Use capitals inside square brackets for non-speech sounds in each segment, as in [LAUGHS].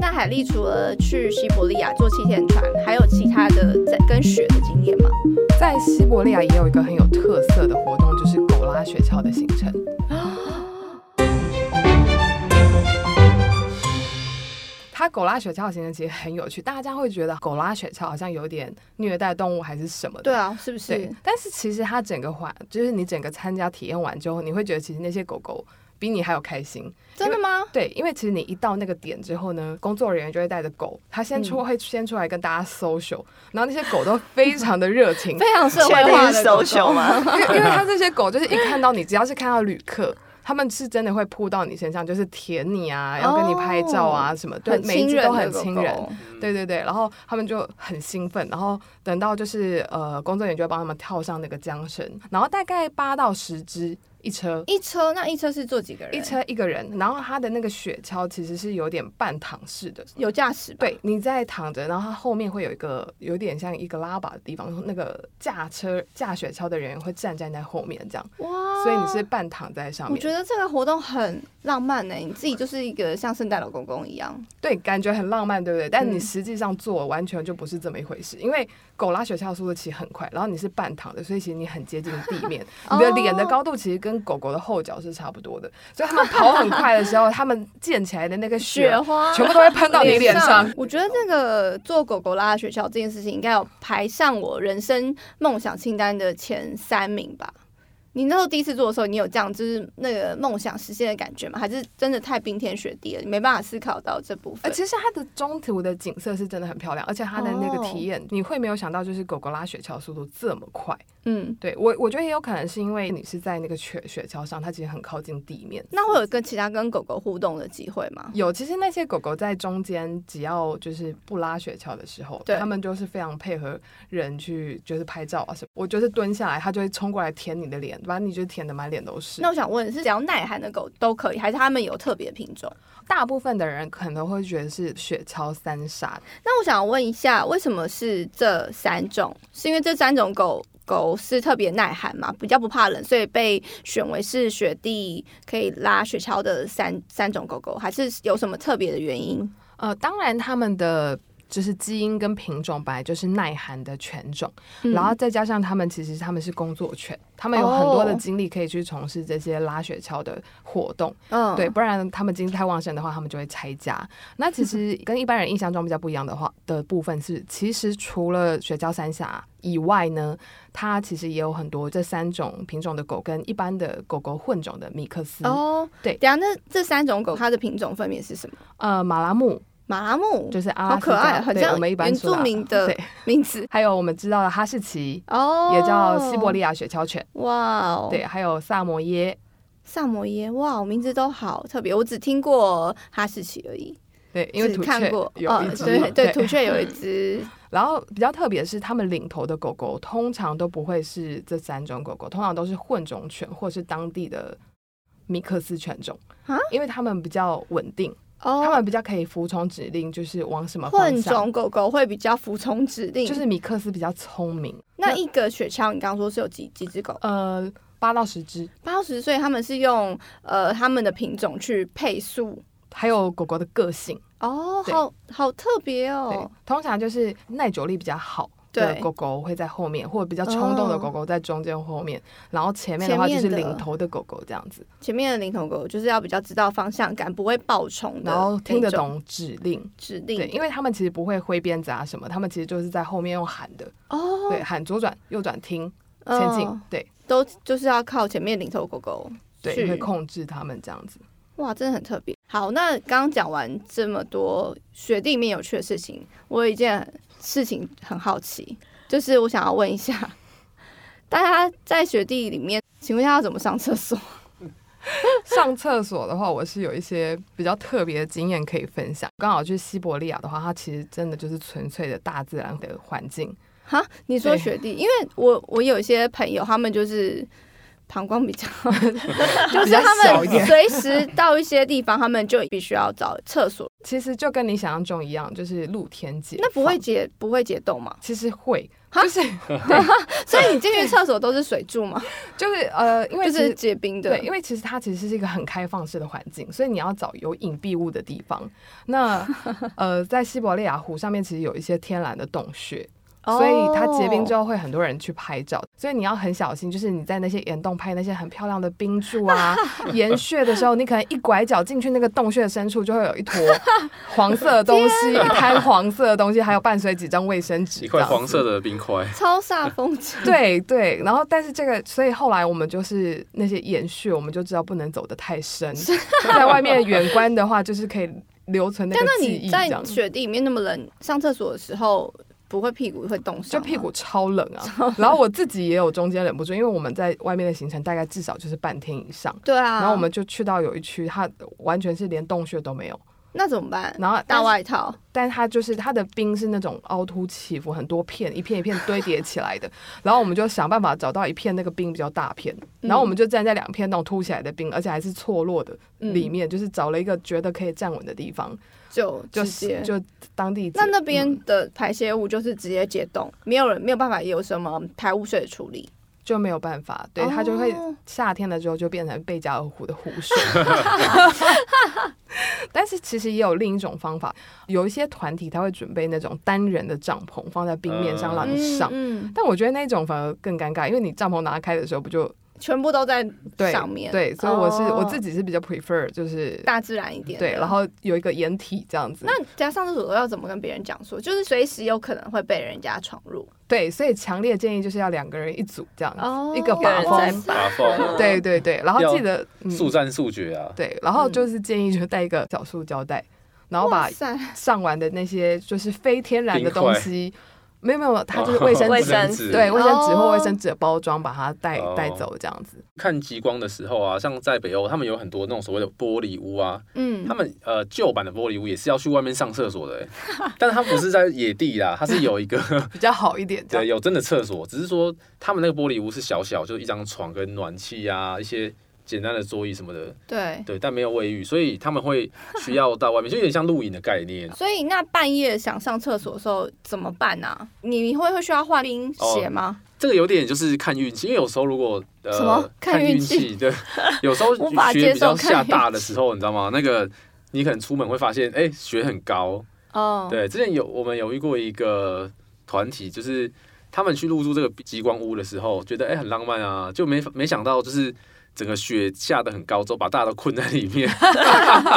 那海丽除了去西伯利亚坐七天船，还有其他的在跟雪的经验吗？在西伯利亚也有一个很有特色的活动，就是狗拉雪橇的行 [GASPS] 程。它狗拉雪橇的行程其实很有趣，大家会觉得狗拉雪橇好像有点虐待动物还是什么的。对啊，是不对是？，但是其实它整个环，就是你整个参加体验完之后，你会觉得其实那些狗狗比你还要开心。真的吗？对，因为其实你一到那个点之后呢，工作人员就会带着狗，它先嗯出、会先出来跟大家 social，然后那些狗都非常的 [LAUGHS] 热情，非常社确会化的定是狗狗 social [LAUGHS] 吗？因为因为它这些狗就是一看到你，只要是看到旅客。他们是真的会扑到你身上，就是舔你啊，要跟你拍照啊什么，对，哦很每一亲只人的都很狗亲狗人，对对对，然后他们就很兴奋，然后等到就是呃，工作人员就会帮他们跳上那个缰绳，然后大概八到十只一车，一车那一车是坐几个人？一车一个人，然后他的那个雪橇其实是有点半躺式的，有驾驶吧？对，你在躺着，然后它后面会有一个有点像一个拉把的地方，那个驾车驾雪橇的人会站在那后面这样，哇所以你是半躺在上我面，觉得这个活动很浪漫呢、你自己就是一个像圣诞老公公一样，对，感觉很浪漫，对不对？但你嗯实际上做完全就不是这么一回事，因为狗拉雪橇速度其实很快，然后你是半躺的，所以其实你很接近 [LAUGHS] 地面，你哦的脸的高度其实跟狗狗的后脚是差不多的，所以它们跑很快的时候，它们溅起来的那个雪花全部都会喷到你脸上。。我觉得这个做狗狗拉拉雪橇这件事情，应该有排上我人生梦想清单的前三名吧。你那时候第一次做的时候，你有这样就是那个梦想实现的感觉吗？还是真的太冰天雪地了，你没办法思考到这部呃，分？其实它的中途的景色是真的很漂亮，而且它的那个哦体验，你会没有想到，就是狗狗拉雪橇速度这么快。嗯，对我，我觉得也有可能是因为你是在那个雪雪橇上，它其实很靠近地面。那会有跟其他跟狗狗互动的机会吗？有，其实那些狗狗在中间，只要就是不拉雪橇的时候，对它们就是非常配合人去就是拍照啊什么。我就是蹲下来，它就会冲过来舔你的脸，把你就舔的满脸都是那。我想问，是只要耐寒的狗都可以，还是它们有特别品种？大部分的人可能会觉得是雪橇三傻，那我想问一下，为什么是这三种？是因为这三种狗狗是特别耐寒嘛，比较不怕冷，所以被选为是雪地可以拉雪橇的三三种狗狗，还是有什么特别的原因？呃，当然它们的。就是基因跟品种本来就是耐寒的犬种，嗯然后再加上它们其实它们是工作犬，它们有很多的哦精力可以去从事这些拉雪橇的活动。嗯对，，不然他们精力太旺盛的话，他们就会拆家。那其实 [LAUGHS] 跟一般人印象中比较不一样的话的部分是，其实除了雪橇三峡以外呢，它其实也有很多这三种品种的狗跟一般的狗狗混种的米克斯、哦，嗯对等一下那这三种狗它的品种分别是什么？呃马拉木，马拉木，就是阿拉好斯可加爱，很对像我们一般原说住的民的对，名字还有我们知道的哈士奇，哦，也叫西伯利亚雪橇犬，哇哦，对，啊还有萨摩耶，萨摩耶，哇，哦名字都好特别，我只听过哈士奇而已，对，因为只土看雀过，有哦一只嘛、对 [LAUGHS] 对，土雀有一只，然后比较特别的是，它们领头的狗狗通常都不会是这三种狗狗，通常都是混种犬或是当地的米克斯犬种啊，因为它们比较稳定，它哦，们比较可以服从指令，就是往什么方混向。种狗狗会比较服从指令，就是米克斯比较聪明，那一个雪橇，你刚刚说是有几几只狗？呃，八到十只，八到十岁，他们是用呃他们的品种去配速，还有狗狗的个性，哦，对好好特别对哦，，通常就是耐久力比较好。的对狗狗会在后面，或者比较冲动的哦狗狗在中间后面，然后前面的话前面就是的领头的狗狗这样子，前面的领头狗就是要比较知道方向感，不会爆冲的，然后听得懂指令，指令的，对，因为他们其实不会挥鞭子啊什么，他们其实就是在后面用喊的，哦，对，喊左转、右转、停、前进，嗯对都就是要靠前面领头狗狗。对，是会控制他们这样子。哇，真的很特别。好，那刚刚讲完这么多雪地里面有趣的事情，我有一件事情很好奇，就是我想要问一下，大家在雪地里面，请问一下要怎么上厕所？上厕所的话，我是有一些比较特别的经验可以分享。刚好去西伯利亚的话，它其实真的就是纯粹的大自然的 [LAUGHS] 环境，哈，你说对雪地，因为我我有一些朋友，他们就是膀胱比较，就是他比较小一们 [LAUGHS] 点随时到一些地方，他们就必须要找厕 [LAUGHS] 所，其实就跟你想象中一样，就是露天解。那不会，解不会解冻吗？其实会。就是所以你进去厕所都是水柱 [LAUGHS] 吗？就是呃，因为就其实是结冰的，对，因为其实它其实是一个很开放式的环境，所以你要找有隐蔽物的地方。那呃，在西伯利亚湖上面其实有一些天然的洞穴，哦所以它结冰之后，后会很多人去拍照，所以你要很小心，就是你在那些岩洞拍那些很漂亮的冰柱啊、岩穴的时候，你可能一拐脚进去那个洞穴深处，就会有一坨黄色的东西，一滩黄色的东西，还有伴随几张卫生纸，一块黄。色的冰块，超煞风 [LAUGHS] 景。对对，然后但是这个，所以后来我们就是那些岩穴，我们就知道不能走得太深，在外面远观的话，就是可以留存那但个那记忆你这在样。雪地里面那么冷，上厕所的时候不会屁股会冻就伤吗？屁股超冷啊，然后我自己也有中间忍不住，因为我们在外面的行程大概至少就是半天以上，对啊，然后我们就去到有一区，它完全是连洞穴都没有，那怎么办？然后大但是外套，但它就是它的冰是那种凹凸起伏，很多片，一片一片堆叠起来的。 [LAUGHS] 然后我们就想办法找到一片那个冰比较大片，嗯然后我们就站在两片那种凸起来的冰，而且还是错落的嗯里面，就是找了一个觉得可以站稳的地方，就就直接就当地那解那嗯边的排泄物就是直接解冻，没有人没有办法有什么排污水的处理。就没有办法，对它就会哦夏天了之后就变成贝加尔湖的湖水。 [LAUGHS] 但是其实也有另一种方法，有一些团体他会准备那种单人的帐篷放在冰面上让你上。嗯，但我觉得那种反而更尴尬，因为你帐篷拿开的时候不就全部都在对上面，对，所以我是、哦我自己是比较 prefer 就是大自然一点的。对，然后有一个掩体这样子。那加上厕所要怎么跟别人讲说，就是随时有可能会被人家闯入。对，所以强烈建议就是要两个人一组这样子，哦嗯一个把一个人风，在打风，对对对，然后要记得、嗯速战速决啊，对，然后就是建议就带一个小塑胶袋，然后嗯把哇塞，上完的那些就是非天然的冰块哦东西，没有没有，它就是卫生卫纸，生纸对卫生纸或哦卫生纸的包装，把它带哦带走这样子。看极光的时候啊，像在北欧，他们有很多那种所谓的玻璃屋啊，嗯他，们呃旧版的玻璃屋也是要去外面上厕所的、欸，但是它不是在野地啦，它是有一个 [LAUGHS] 比较好一点，这对样有真的厕所，只是说他们那个玻璃屋是小小，就是一张床跟暖气啊，一些简单的桌椅什么的，对。对，但没有卫浴，所以他们会需要到外面，就有点像露营的概念。所以那半夜想上厕所的时候怎么办啊？你会会需要换冰鞋吗？这个有点就是看运气，因为有时候如果呃什么看看运运气气，对，[LAUGHS] 有时候无法雪接比较受看下运大的时候，你知道吗？那个你可能出门会发现，哎、雪很高。哦，对，之前有我们有遇过一个团体，就是他们去入住这个极光屋的时候，觉得哎、很浪漫啊，就没没想到就是整个雪下得很高之后，把大家都困在里 [LAUGHS] 面。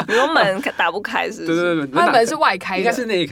比如门打不开，对是不哦对是？对对，它那门是外开应的该，是内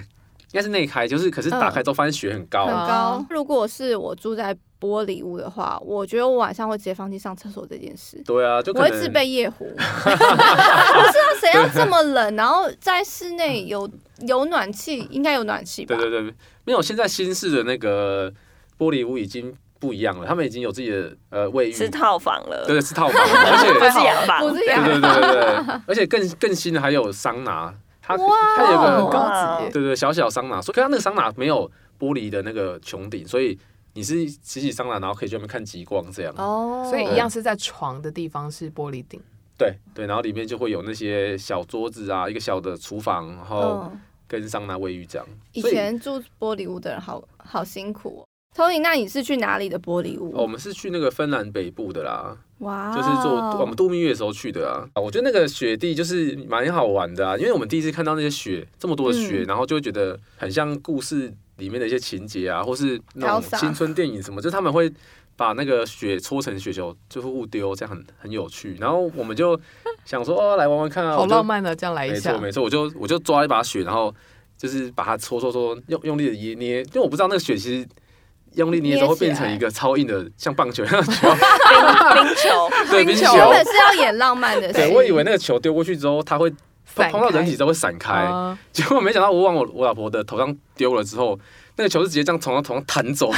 应该是内开，就是可是嗯打开之后发现雪很高。很嗯高。如果是我住在玻璃屋的话，我觉得我晚上会直接放弃上厕所这件事。对啊，就我可会能自备夜 [LAUGHS] 壶，不是啊，谁要这么冷？然后在室内有有暖气，应该有暖气吧？对对对，没有。现在新式的那个玻璃屋已经不一样了，他们已经有自己的呃卫浴，是套房了，对，是套房， [LAUGHS] 而且不是洋房，不是对呀，对对对对，而且更更新的还有桑拿，它哇哦它有很个高级耶。对对小小桑拿，所以可是它那个桑拿没有玻璃的那个穹顶，所以你是洗洗桑拿，然后可以去外面看极光这样。哦，所以嗯一样是在床的地方是玻璃顶，对对，然后里面就会有那些小桌子啊，一个小的厨房，然哦后嗯，跟桑拿卫浴这样。以所以前住玻璃屋的人好好辛苦、哦。Tony，那你是去哪里的玻璃哦我屋？们是去那个芬兰北部的啦，哇哦，就是做我们度蜜月的时候去的啊。啊我觉得那个雪地就是蛮好玩的啊，因为我们第一次看到那些雪，这么多的雪，嗯然后就会觉得很像故事里面的一些情节啊，或是那潇种洒青春电影什么，就是他们会。把那个雪搓成雪球，就是互丢，这样很很有趣。然后我们就想说，哦，来玩玩看啊，好我就浪漫哦的，这样来一没下错。没错，我就我就抓一把雪，然后就是把它搓搓搓，用用力的捏捏，因为我不知道那个雪其实用力捏之捏后会起来变成一个超硬的，像棒球一样的球，冰冰球，对 [LAUGHS] 冰球。原本是要演浪漫 [LAUGHS] 的事，对，我以为那个球丢过去之后，它会散碰到人体开之后会散开，啊结果没想到我往我我老婆的头上丢了之后，那个球是直接这样从她头上弹走。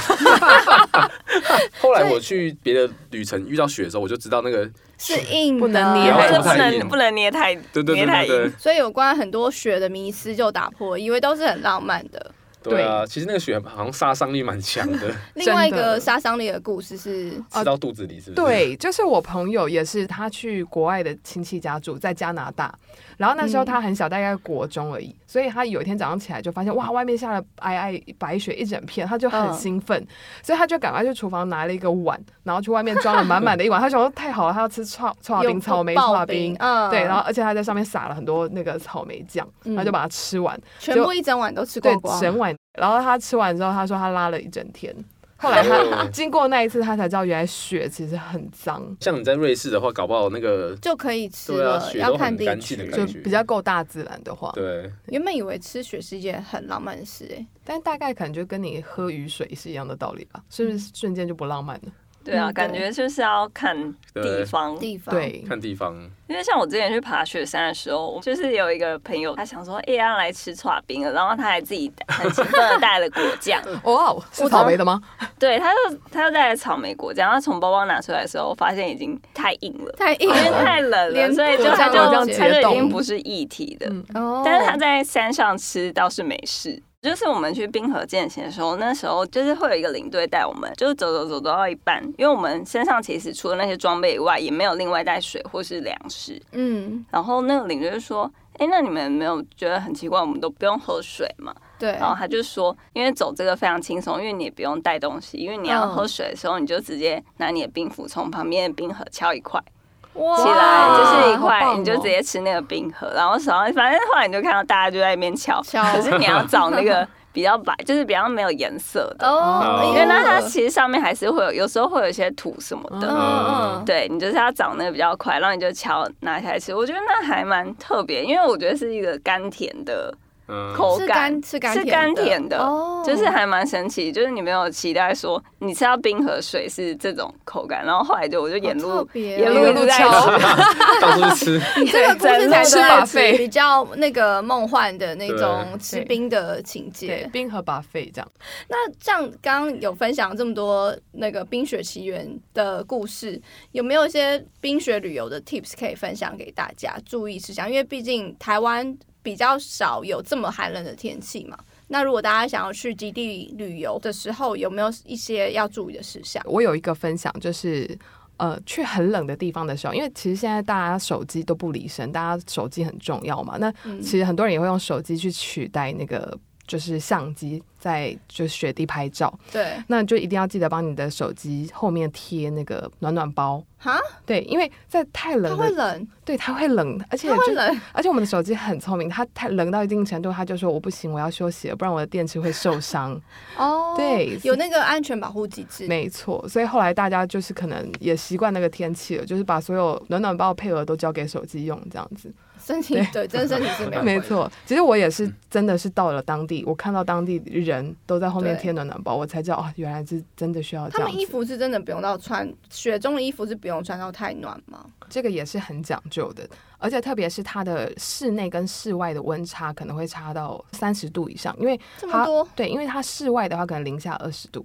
后来我去别的旅程遇到雪的时候，我就知道那个是硬的不能不捏要但是搓不太硬能不能捏太对对对捏太对对硬，，所以有关很多雪的迷思就打破，以为都是很浪漫的。对啊，其实那个雪好像杀伤力蛮强的，另外一真个的杀伤力的故事是，吃到肚子里是不是？，对，就是我朋友也是，他去国外的亲戚家住，在加拿大。然后那嗯时候他很小，大概国中而已，所以他有一天早上起来就发现，哇，外面下了皑皑白雪一整片，他就很嗯兴奋，所以他就赶快去厨房拿了一个碗，然后去外面装了满满的一碗。 [LAUGHS] 他想说太好了，他要吃炒炒有冰、草莓刨炒冰冰。嗯，对，然后而且他在上面撒了很多那个草莓酱，嗯他就把它吃完，全就部一整碗都吃对光，光，整碗。然后他吃完之后，他说他拉了一整天。后来他哦经过那一次，他才知道原来雪其实很脏。像你在瑞士的话，搞不好那个 [LAUGHS] 就可以吃对啊了，血要都看很地干区净的。感就觉比较够大自然的话，对，原本以为吃雪是一件很浪漫的事、欸，但大概可能就跟你喝雨水是一样的道理吧，是不嗯是瞬间就不浪漫了？对啊，嗯对感觉就是要看地对方哎，，地方，对，看地方，因为像我之前去爬雪山的时候，我就是有一个朋友，他想说，哎、要来吃串冰了，然后他还自己很勤奋的带了果 [LAUGHS] 酱，哇、哦，是草莓的吗？对，他就他就带了草莓果酱，他从包包拿出来的时候，我发现已经太硬了。太硬因为了。太冷了，连所以就果他酱就都这样他解就冻已经不是液体的，嗯哦 [LAUGHS] 但是他在山上吃倒是没事。就是我们去冰河健行的时候，那时候就是会有一个领队带我们，就是走走走走到一半，因为我们身上其实除了那些装备以外，也没有另外带水或是粮食。嗯，然后那个领队就说：“哎、那你们没有觉得很奇怪，我们都不用喝水吗？”对，然后他就说：“因为走这个非常轻松，因为你也不用带东西，因为你要嗯喝水的时候，你就直接拿你的冰斧从旁边的冰河敲一块。”哇起来，就是一好棒块，哦你就直接吃那个冰河，然后手上反正后来你就看到大家就在那边敲，敲可是你要找那个比较白，就是比较没有颜色的，哦，因哦为那它其实上面还是会有，有时候会有一些土什么嗯的。嗯，对你就是要找那个比较快，然后你就敲拿起来吃，我觉得那还蛮特别，因为我觉得是一个甘甜的，嗯，口是感甘是甘是甘甜的哦，就是还蛮神奇，就是你没有期待说你吃到冰河水是这种口感，然后后来就我就沿好特路别哦沿路一直在沿吃路，到处去吃，你这个故事才吃对吧费比较那个梦幻的那种对吃冰的情对，节。冰河把肺这样，那像刚刚有分享这么多那个《冰雪奇缘》的故事，有没有一些冰雪旅游的 tips 可以分享给大家注意事项？因为毕竟台湾比较少有这么寒冷的天气嘛。那如果大家想要去极地旅游的时候，有没有一些要注意的事项？我有一个分享就是。呃，去很冷的地方的时候，因为其实现在大家手机都不离身，大家手机很重要嘛。那嗯其实很多人也会用手机去取代那个就是相机，在就是雪地拍照。对，那就一定要记得帮你的手机后面贴那个暖暖包。哈，对，因为在太它冷会了，冷，对，它会冷，而且它会就冷，而且我们的手机很聪明，它太冷到一定程度，它就说我不行，我要休息了，不然我的电池会 [LAUGHS] 受伤。哦对有那个安全保护机制，没错，所以后来大家就是可能也习惯那个天气了，就是把所有暖暖包配额都交给手机用这样子。身体对，真的身体是没有 [LAUGHS] 没关系，错，其实我也是真的是到了当地，我看到当地人都在后面对贴暖暖包，我才知道啊，原来是真的需要他这样们衣子。服是真的不用到穿，雪中的衣服是不用穿到太暖吗？这个也是很讲究的，而且特别是它的室内跟室外的温差可能会差到三十度以上，因为这么它多，对，因为它室外的话可能零下二十 [GASPS] 度，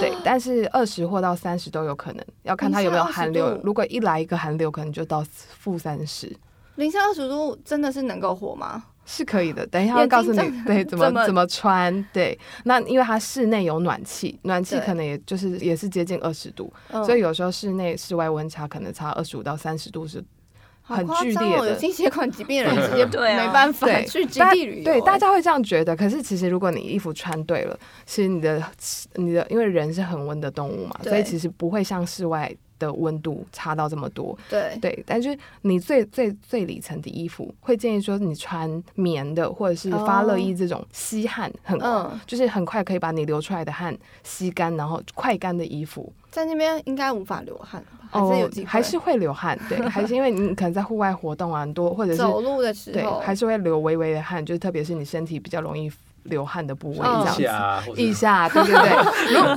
对，但是二十或到三十都有可能，要看它有没有零下寒20流度。如果一来一个寒流，可能就到负三十。零下二十度真的是能够活吗？是可以的，等一下 [LAUGHS] 眼会告诉睛你睁对怎怎么么怎么穿。对，那因为它室内有暖气，暖气对可能也就是也是接近二十度，嗯所以有时候室内室外温差可能差二十五到三十度是好很夸剧张烈哦，的有心血管疾病的人直 [LAUGHS] 接对啊没办法对去极大地旅游，对，大哎家会这样觉得。可是其实如果你衣服穿对了，其实你的你的，因为人是恒温的动物嘛，对所以其实不会像室外的温度差到这么多。对对，但是你最最最里层的衣服，会建议说你穿棉的或者是发热衣这种吸汗很。哦嗯，就是很快可以把你流出来的汗吸干，然后快干的衣服，在那边应该无法流汗吧，还哦是有机会，哦还是会流汗，对，还是因为你可能在户外活动啊，很多或者是走路的时对，候，还是会流微微的汗，就是特别是你身体比较容易流汗的部位嗯这一样子。下，啊或者腋下，对 [LAUGHS] 对对，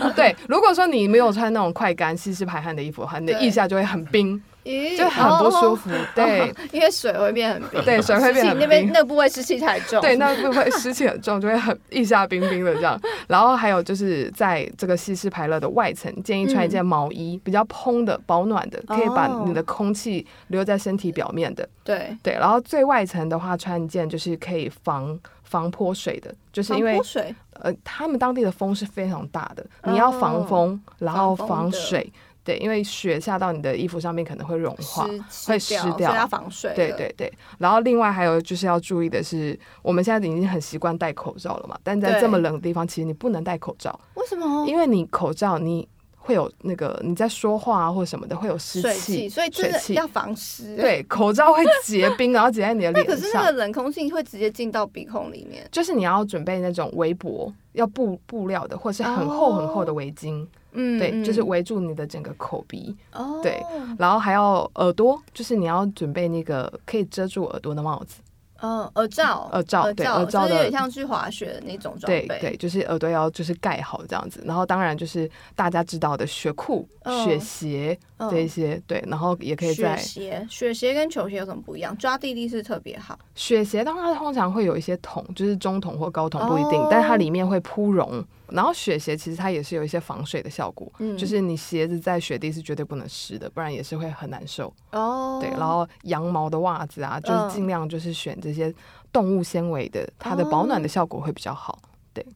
如对，如果说你没有穿那种快干吸湿排汗的衣服的话，你的对腋下就会很冰，咦哦就很不舒服。 [LAUGHS] 对，因为水会变很冰，对水会湿变气很那边冰那部位湿气太重，对，那会不会湿气很重，就会很一下冰冰的这样。然后还有就是在这个西式排乐的外层，建议穿一件毛衣，比较蓬的、保暖的，可以把嗯哦你的空气留在身体表面的。对，对，然后最外层的话，穿一件就是可以防防泼水的，就是因为防泼水呃，他们当地的风是非常大的，你要防风，然后哦防风防的水。对，因为雪下到你的衣服上面可能会融化，湿会湿湿所以掉要防水的，对对对，然后另外还有就是要注意的是，我们现在已经很习惯戴口罩了嘛，但在对这么冷的地方，其实你不能戴口罩，为什么？哦因为你口罩你会有那个你在说话啊或者什么的会有湿水气，气，所以真水的气要防湿。，对口罩会 [LAUGHS] 结冰，然后结在你的那可脸是上那个。冷空气会直接进到鼻孔里面，就是你要准备那种围脖，要布布料的，或者是很厚很哦厚的围巾嗯，对，嗯就是围住你的整个口鼻，哦，对然后还要耳朵，就是你要准备那个可以遮住耳朵的帽子，嗯，耳罩，耳罩对耳罩就是有的点像去滑雪的那种装对备，对，就是耳朵要就是盖好这样子，然后当然就是大家知道的雪裤、嗯雪鞋嗯这一些，对，然后也可以雪在鞋，雪鞋跟球鞋有什么不一样？抓地力是特别好，雪鞋，当然通常会有一些筒，就是中筒或高筒不一定，哦但它里面会铺绒，然后雪鞋其实它也是有一些防水的效果，嗯就是你鞋子在雪地是绝对不能湿的，不然也是会很难受。哦，对，然后羊毛的袜子啊，就是嗯尽量就是选这些动物纤维的，它的保哦暖的效果会比较好。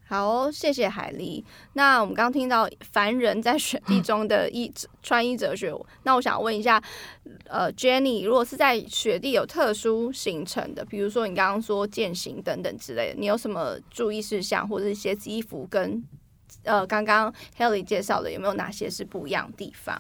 好哦、谢谢海狸。那我们刚听到凡人在雪地 [LAUGHS] 中的衣穿衣哲学，那我想问一下，呃，Jenny，如果是在雪地有特殊行程的，比如说你刚刚说践行等等之类的，你有什么注意事项，或者是鞋子、衣服跟呃刚刚 Helly 介绍的有没有哪些是不一样的地方？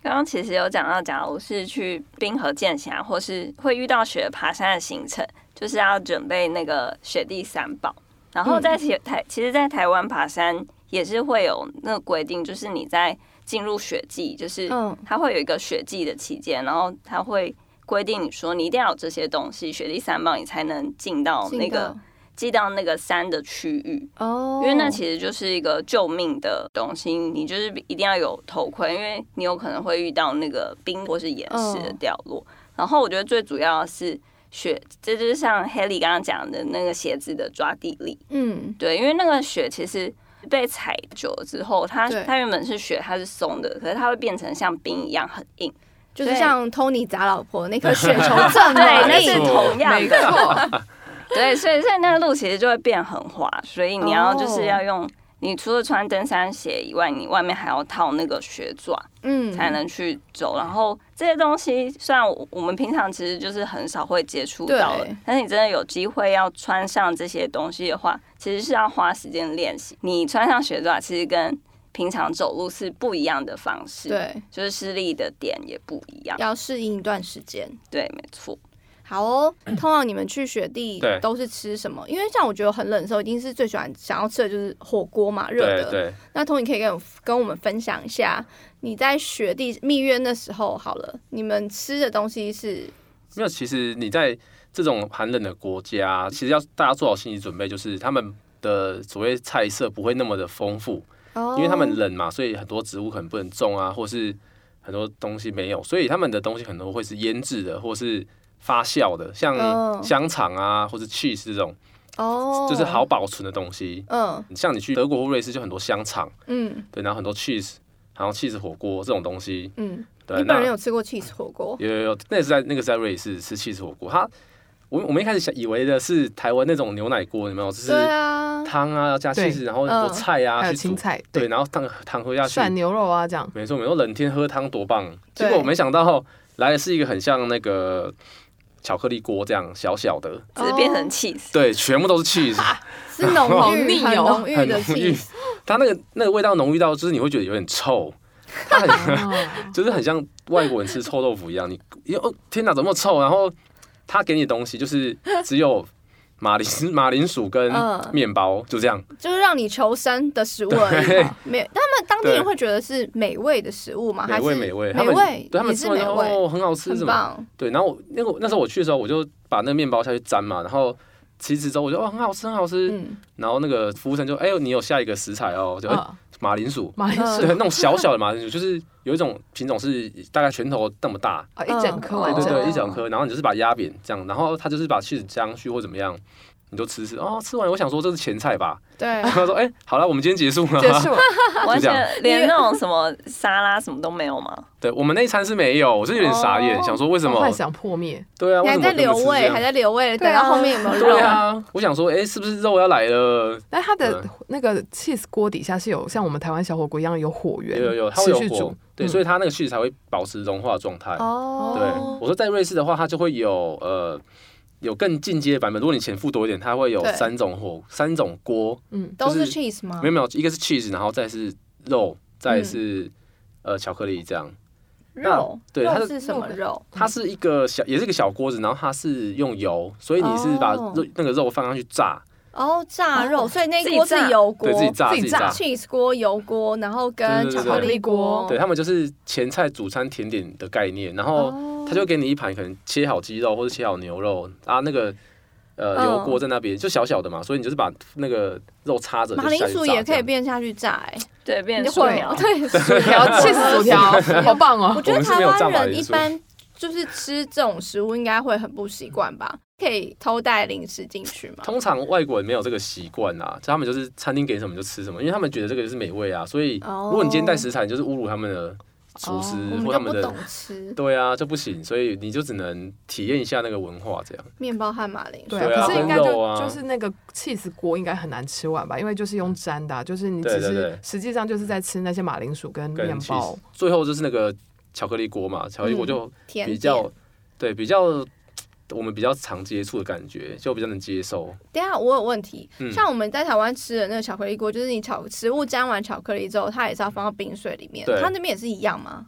刚刚其实有讲到，假如是去冰河健行啊，或是会遇到雪爬山的行程，就是要准备那个雪地三宝。然后在其台，其实，在台湾爬山也是会有那个规定，就是你在进入雪季，就是嗯它会有一个雪季的期间，然后它会规定你说你一定要有这些东西，雪地三宝你才能进到哦那个进到那个山的区域。哦，因为那其实就是一个救命的东西，你就是一定要有头盔，因为你有可能会遇到那个冰或是岩石嗯的掉落。然后我觉得最主要的是雪，这就是像 Haley 刚刚讲的那个鞋子的抓地力，嗯对，因为那个雪其实被踩久了之后，它对它原本是雪，它是松的，可是它会变成像冰一样很硬。就是对像 Tony 砸老婆那颗雪 [LAUGHS] 球这对，么那硬是没错同样没的，错，对，所以所以那个路其实就会变很滑，所以你要哦就是要用。你除了穿登山鞋以外，你外面还要套那个雪爪嗯才能去走。然后这些东西虽然我我们平常其实就是很少会接触到的对，但是你真的有机会要穿上这些东西的话，其实是要花时间练习。你穿上雪爪，其实跟平常走路是不一样的方式，，对，就是施力的点也不一样。要适应一段时间。对，没错。好 [CLEARS THROAT] 哦，通常你们去雪地对都是吃什么？因为像我觉得很冷的时候，一定是最喜欢想要吃的就是火锅嘛，热对的。对，那 Tony 可以跟我跟我们分享一下，你在雪地蜜月那时候好了，你们吃的东西是没有。其实你在这种寒冷的国家，其实要大家做好心理准备，就是他们的所谓菜色不会那么的丰富，哦因为他们冷嘛，所以很多植物可能不能种啊，或是很多东西没有，所以他们的东西很多会是腌制的，或是发酵的，哦像香肠啊，或是 cheese 这种，哦，就是好，保存的东西。嗯像你去德国或瑞士就很多香肠，嗯对，然后很多 cheese，然后 cheese 火锅这种东西，嗯，对，你本那人有吃过 cheese 火锅？有有有，那个是在那个是在瑞士吃 cheese 火锅，它我我们一开始想以为的是台湾那种牛奶锅，有没有？就是对 [LAUGHS] 啊，汤啊要加对 cheese，然后很多嗯菜啊、还有去煮青，菜，对，，然后汤汤喝下去，涮牛肉啊这样。没错，没错，冷天喝汤多棒！对结果我没想到来的是一个很像那个巧克力锅这样小小的，只是变成 cheese，、对，全部都是 cheese， [LAUGHS] 是浓好郁、腻很哦浓郁很的浓郁 cheese，。它那个那个味道浓郁到，就是你会觉得有点臭，它很哦就是很像外国人吃臭豆腐一样。你因为哦天哪，怎么那么臭？然后他给你的东西就是只有马铃 [LAUGHS] 马铃薯跟嗯面包，就这样。就是让你求生的食物而已嘛。没有，他们当地人对会觉得是美味的食物吗？哦美还味是美味，他美们味对他们也吃是完美之后味，哦很好吃，很什么棒。对，然后我那个我那时候我去的时候，我就把那个面包下去沾嘛，然后吃一吃之后，我就哦很好吃很好吃。嗯，然后那个服务生就哎呦你有下一个食材哦，我就、哎嗯马铃薯， [LAUGHS] 马铃嗯 [LAUGHS] 对，薯那种小小的马铃薯，就是有一种品种是大概拳头那么大，啊，一整哦颗完对整对的，对，一整颗，然后你就是把它压扁这样，然后它就是把 cheese 加上去或怎么样，你就吃吃哦，吃完了我想说这是前菜吧， [LAUGHS] 对然，后说哎、好了，我们今天结束了，结束完就这全连那种什么沙拉什么都没 [LAUGHS] 有吗？ [LAUGHS] 对我们那一餐是没有，我是有点傻眼，哦想说为什么？幻想破灭？对啊，你为还什么在留我们这味，样还在留味，对等啊到后面有没有对肉？啊，我想说哎、是不是肉要来了？但它的对那个 cheese 锅底下是有像我们台湾小火锅一样有火源，有有有，它会持有续火煮，，对，嗯所以它那个 cheese 才会保持融化的状态。哦对，我说在瑞士的话，它就会有呃。有更进阶的版本，如果你钱付多一点，它会有对三种火、三种锅，嗯，都就是是 cheese 吗没？有没有，一个是 cheese，然后再是肉，嗯再是、呃巧克力这样。那肉，对它肉是是什么肉？它是一个小，也是一个小锅子，然后它是用油，所以你是把肉、哦那个肉放上去炸，哦，炸肉，所以那自一己锅是炸油锅对，自己炸自己己炸。 cheese 锅、油锅，然后跟对对巧对克力锅，对他们就是前菜、主餐、甜点的概念，然后哦他就给你一盘可能切好鸡肉或者切好牛肉啊，那个呃嗯油锅在那边就小小的嘛，所以你就是把那个肉插着，马铃薯就下去炸也可以这样。变下去炸，哎，对，变你成就素混描。 [LAUGHS] 对，薯薯 [LAUGHS] 条 cheese 薯条，好棒我哦！觉得我们是台没有炸湾马人铃一薯般就是吃这种食物应该会很不习惯吧？可以偷带零食进去吗？通常外国人没有这个习惯啦，就他们就是餐厅给什么就吃什么，因为他们觉得这个就是美味啊。所以哦如果你今天带食材，你就是侮辱他们的厨师我哦们或就他们不的懂，吃对啊，就不行。所以你就只能体验一下那个文化这样。面包和马铃薯。对对啊啊，可是应该跟肉就啊就是那个 cheese 锅应该很难吃完吧？因为就是用粘的啊，就是你对只对是对实际上就是在吃那些马铃薯跟跟面 cheese 包，最后就是那个巧克力锅嘛，巧克力锅嗯就甜比点较对比较我们比较常接触的感觉，就比较能接受。等一下我有问题，嗯像我们在台湾吃的那个巧克力锅，就是你巧食物沾完巧克力之后，它也是要放到冰水里面，对它那边也是一样吗？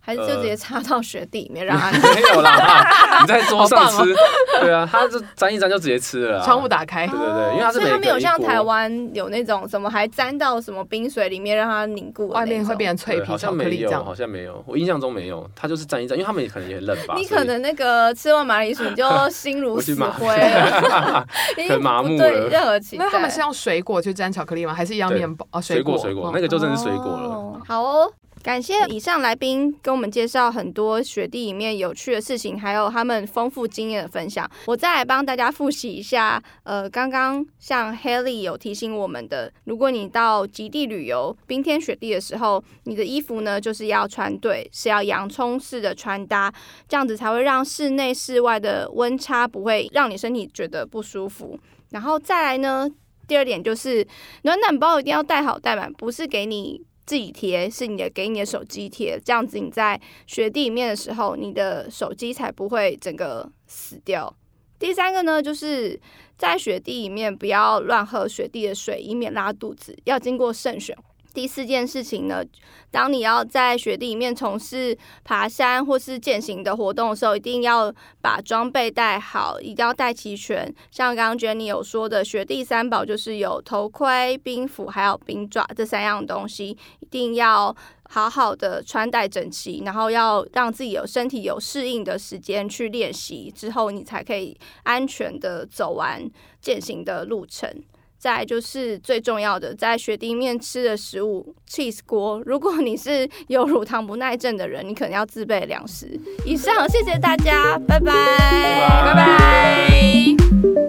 还是就呃直接插到雪地里面让 [LAUGHS] 它？没有啦，你在桌上好棒吃，对啊，它就沾一沾就直接吃了啦。窗户打开啊对，对对，因为它是所以啊每它个没有一像锅台湾有那种什么还沾到什么冰水里面让它凝固的那外面会种变成脆对皮好巧像克没力这有，样好。像没有，我印象中没有，它就是沾一沾，因为他们也可能也很冷吧，你所以可能那个吃完马铃薯你就心如我去死麻灰了， [LAUGHS] 已经很麻木不对了任何期待。那他们是用水果去沾巧克力吗？还是一样对面包啊？水果果水果嗯那个就真的是水果了。哦好哦，感谢以上来宾跟我们介绍很多雪地里面有趣的事情，还有他们丰富经验的分享。我再来帮大家复习一下，呃，刚刚像 Haley 有提醒我们的，如果你到极地旅游，冰天雪地的时候，你的衣服呢就是要穿对，是要洋葱式的穿搭，这样子才会让室内室外的温差不会让你身体觉得不舒服。然后再来呢，第二点就是暖暖包一定要带好带满，不是给你自己贴，是你的给你的手机贴，这样子你在雪地里面的时候，你的手机才不会整个死掉。第三个呢，就是在雪地里面不要乱喝雪地的水，以免拉肚子，要经过慎选。第四件事情呢，当你要在雪地里面从事爬山或是践行的活动的时候，一定要把装备带好，一定要带齐全。像刚刚 Jenny 有说的，雪地三宝就是有头盔、冰斧还有冰爪这三样东西，一定要好好的穿戴整齐，然后要让自己有身体有适应的时间去练习，之后你才可以安全的走完践行的路程。再来就是最重要的，在雪地面吃的食物，cheese 锅。如果你是有乳糖不耐症的人，你可能要自备粮食。以上，谢谢大家，拜拜，拜拜拜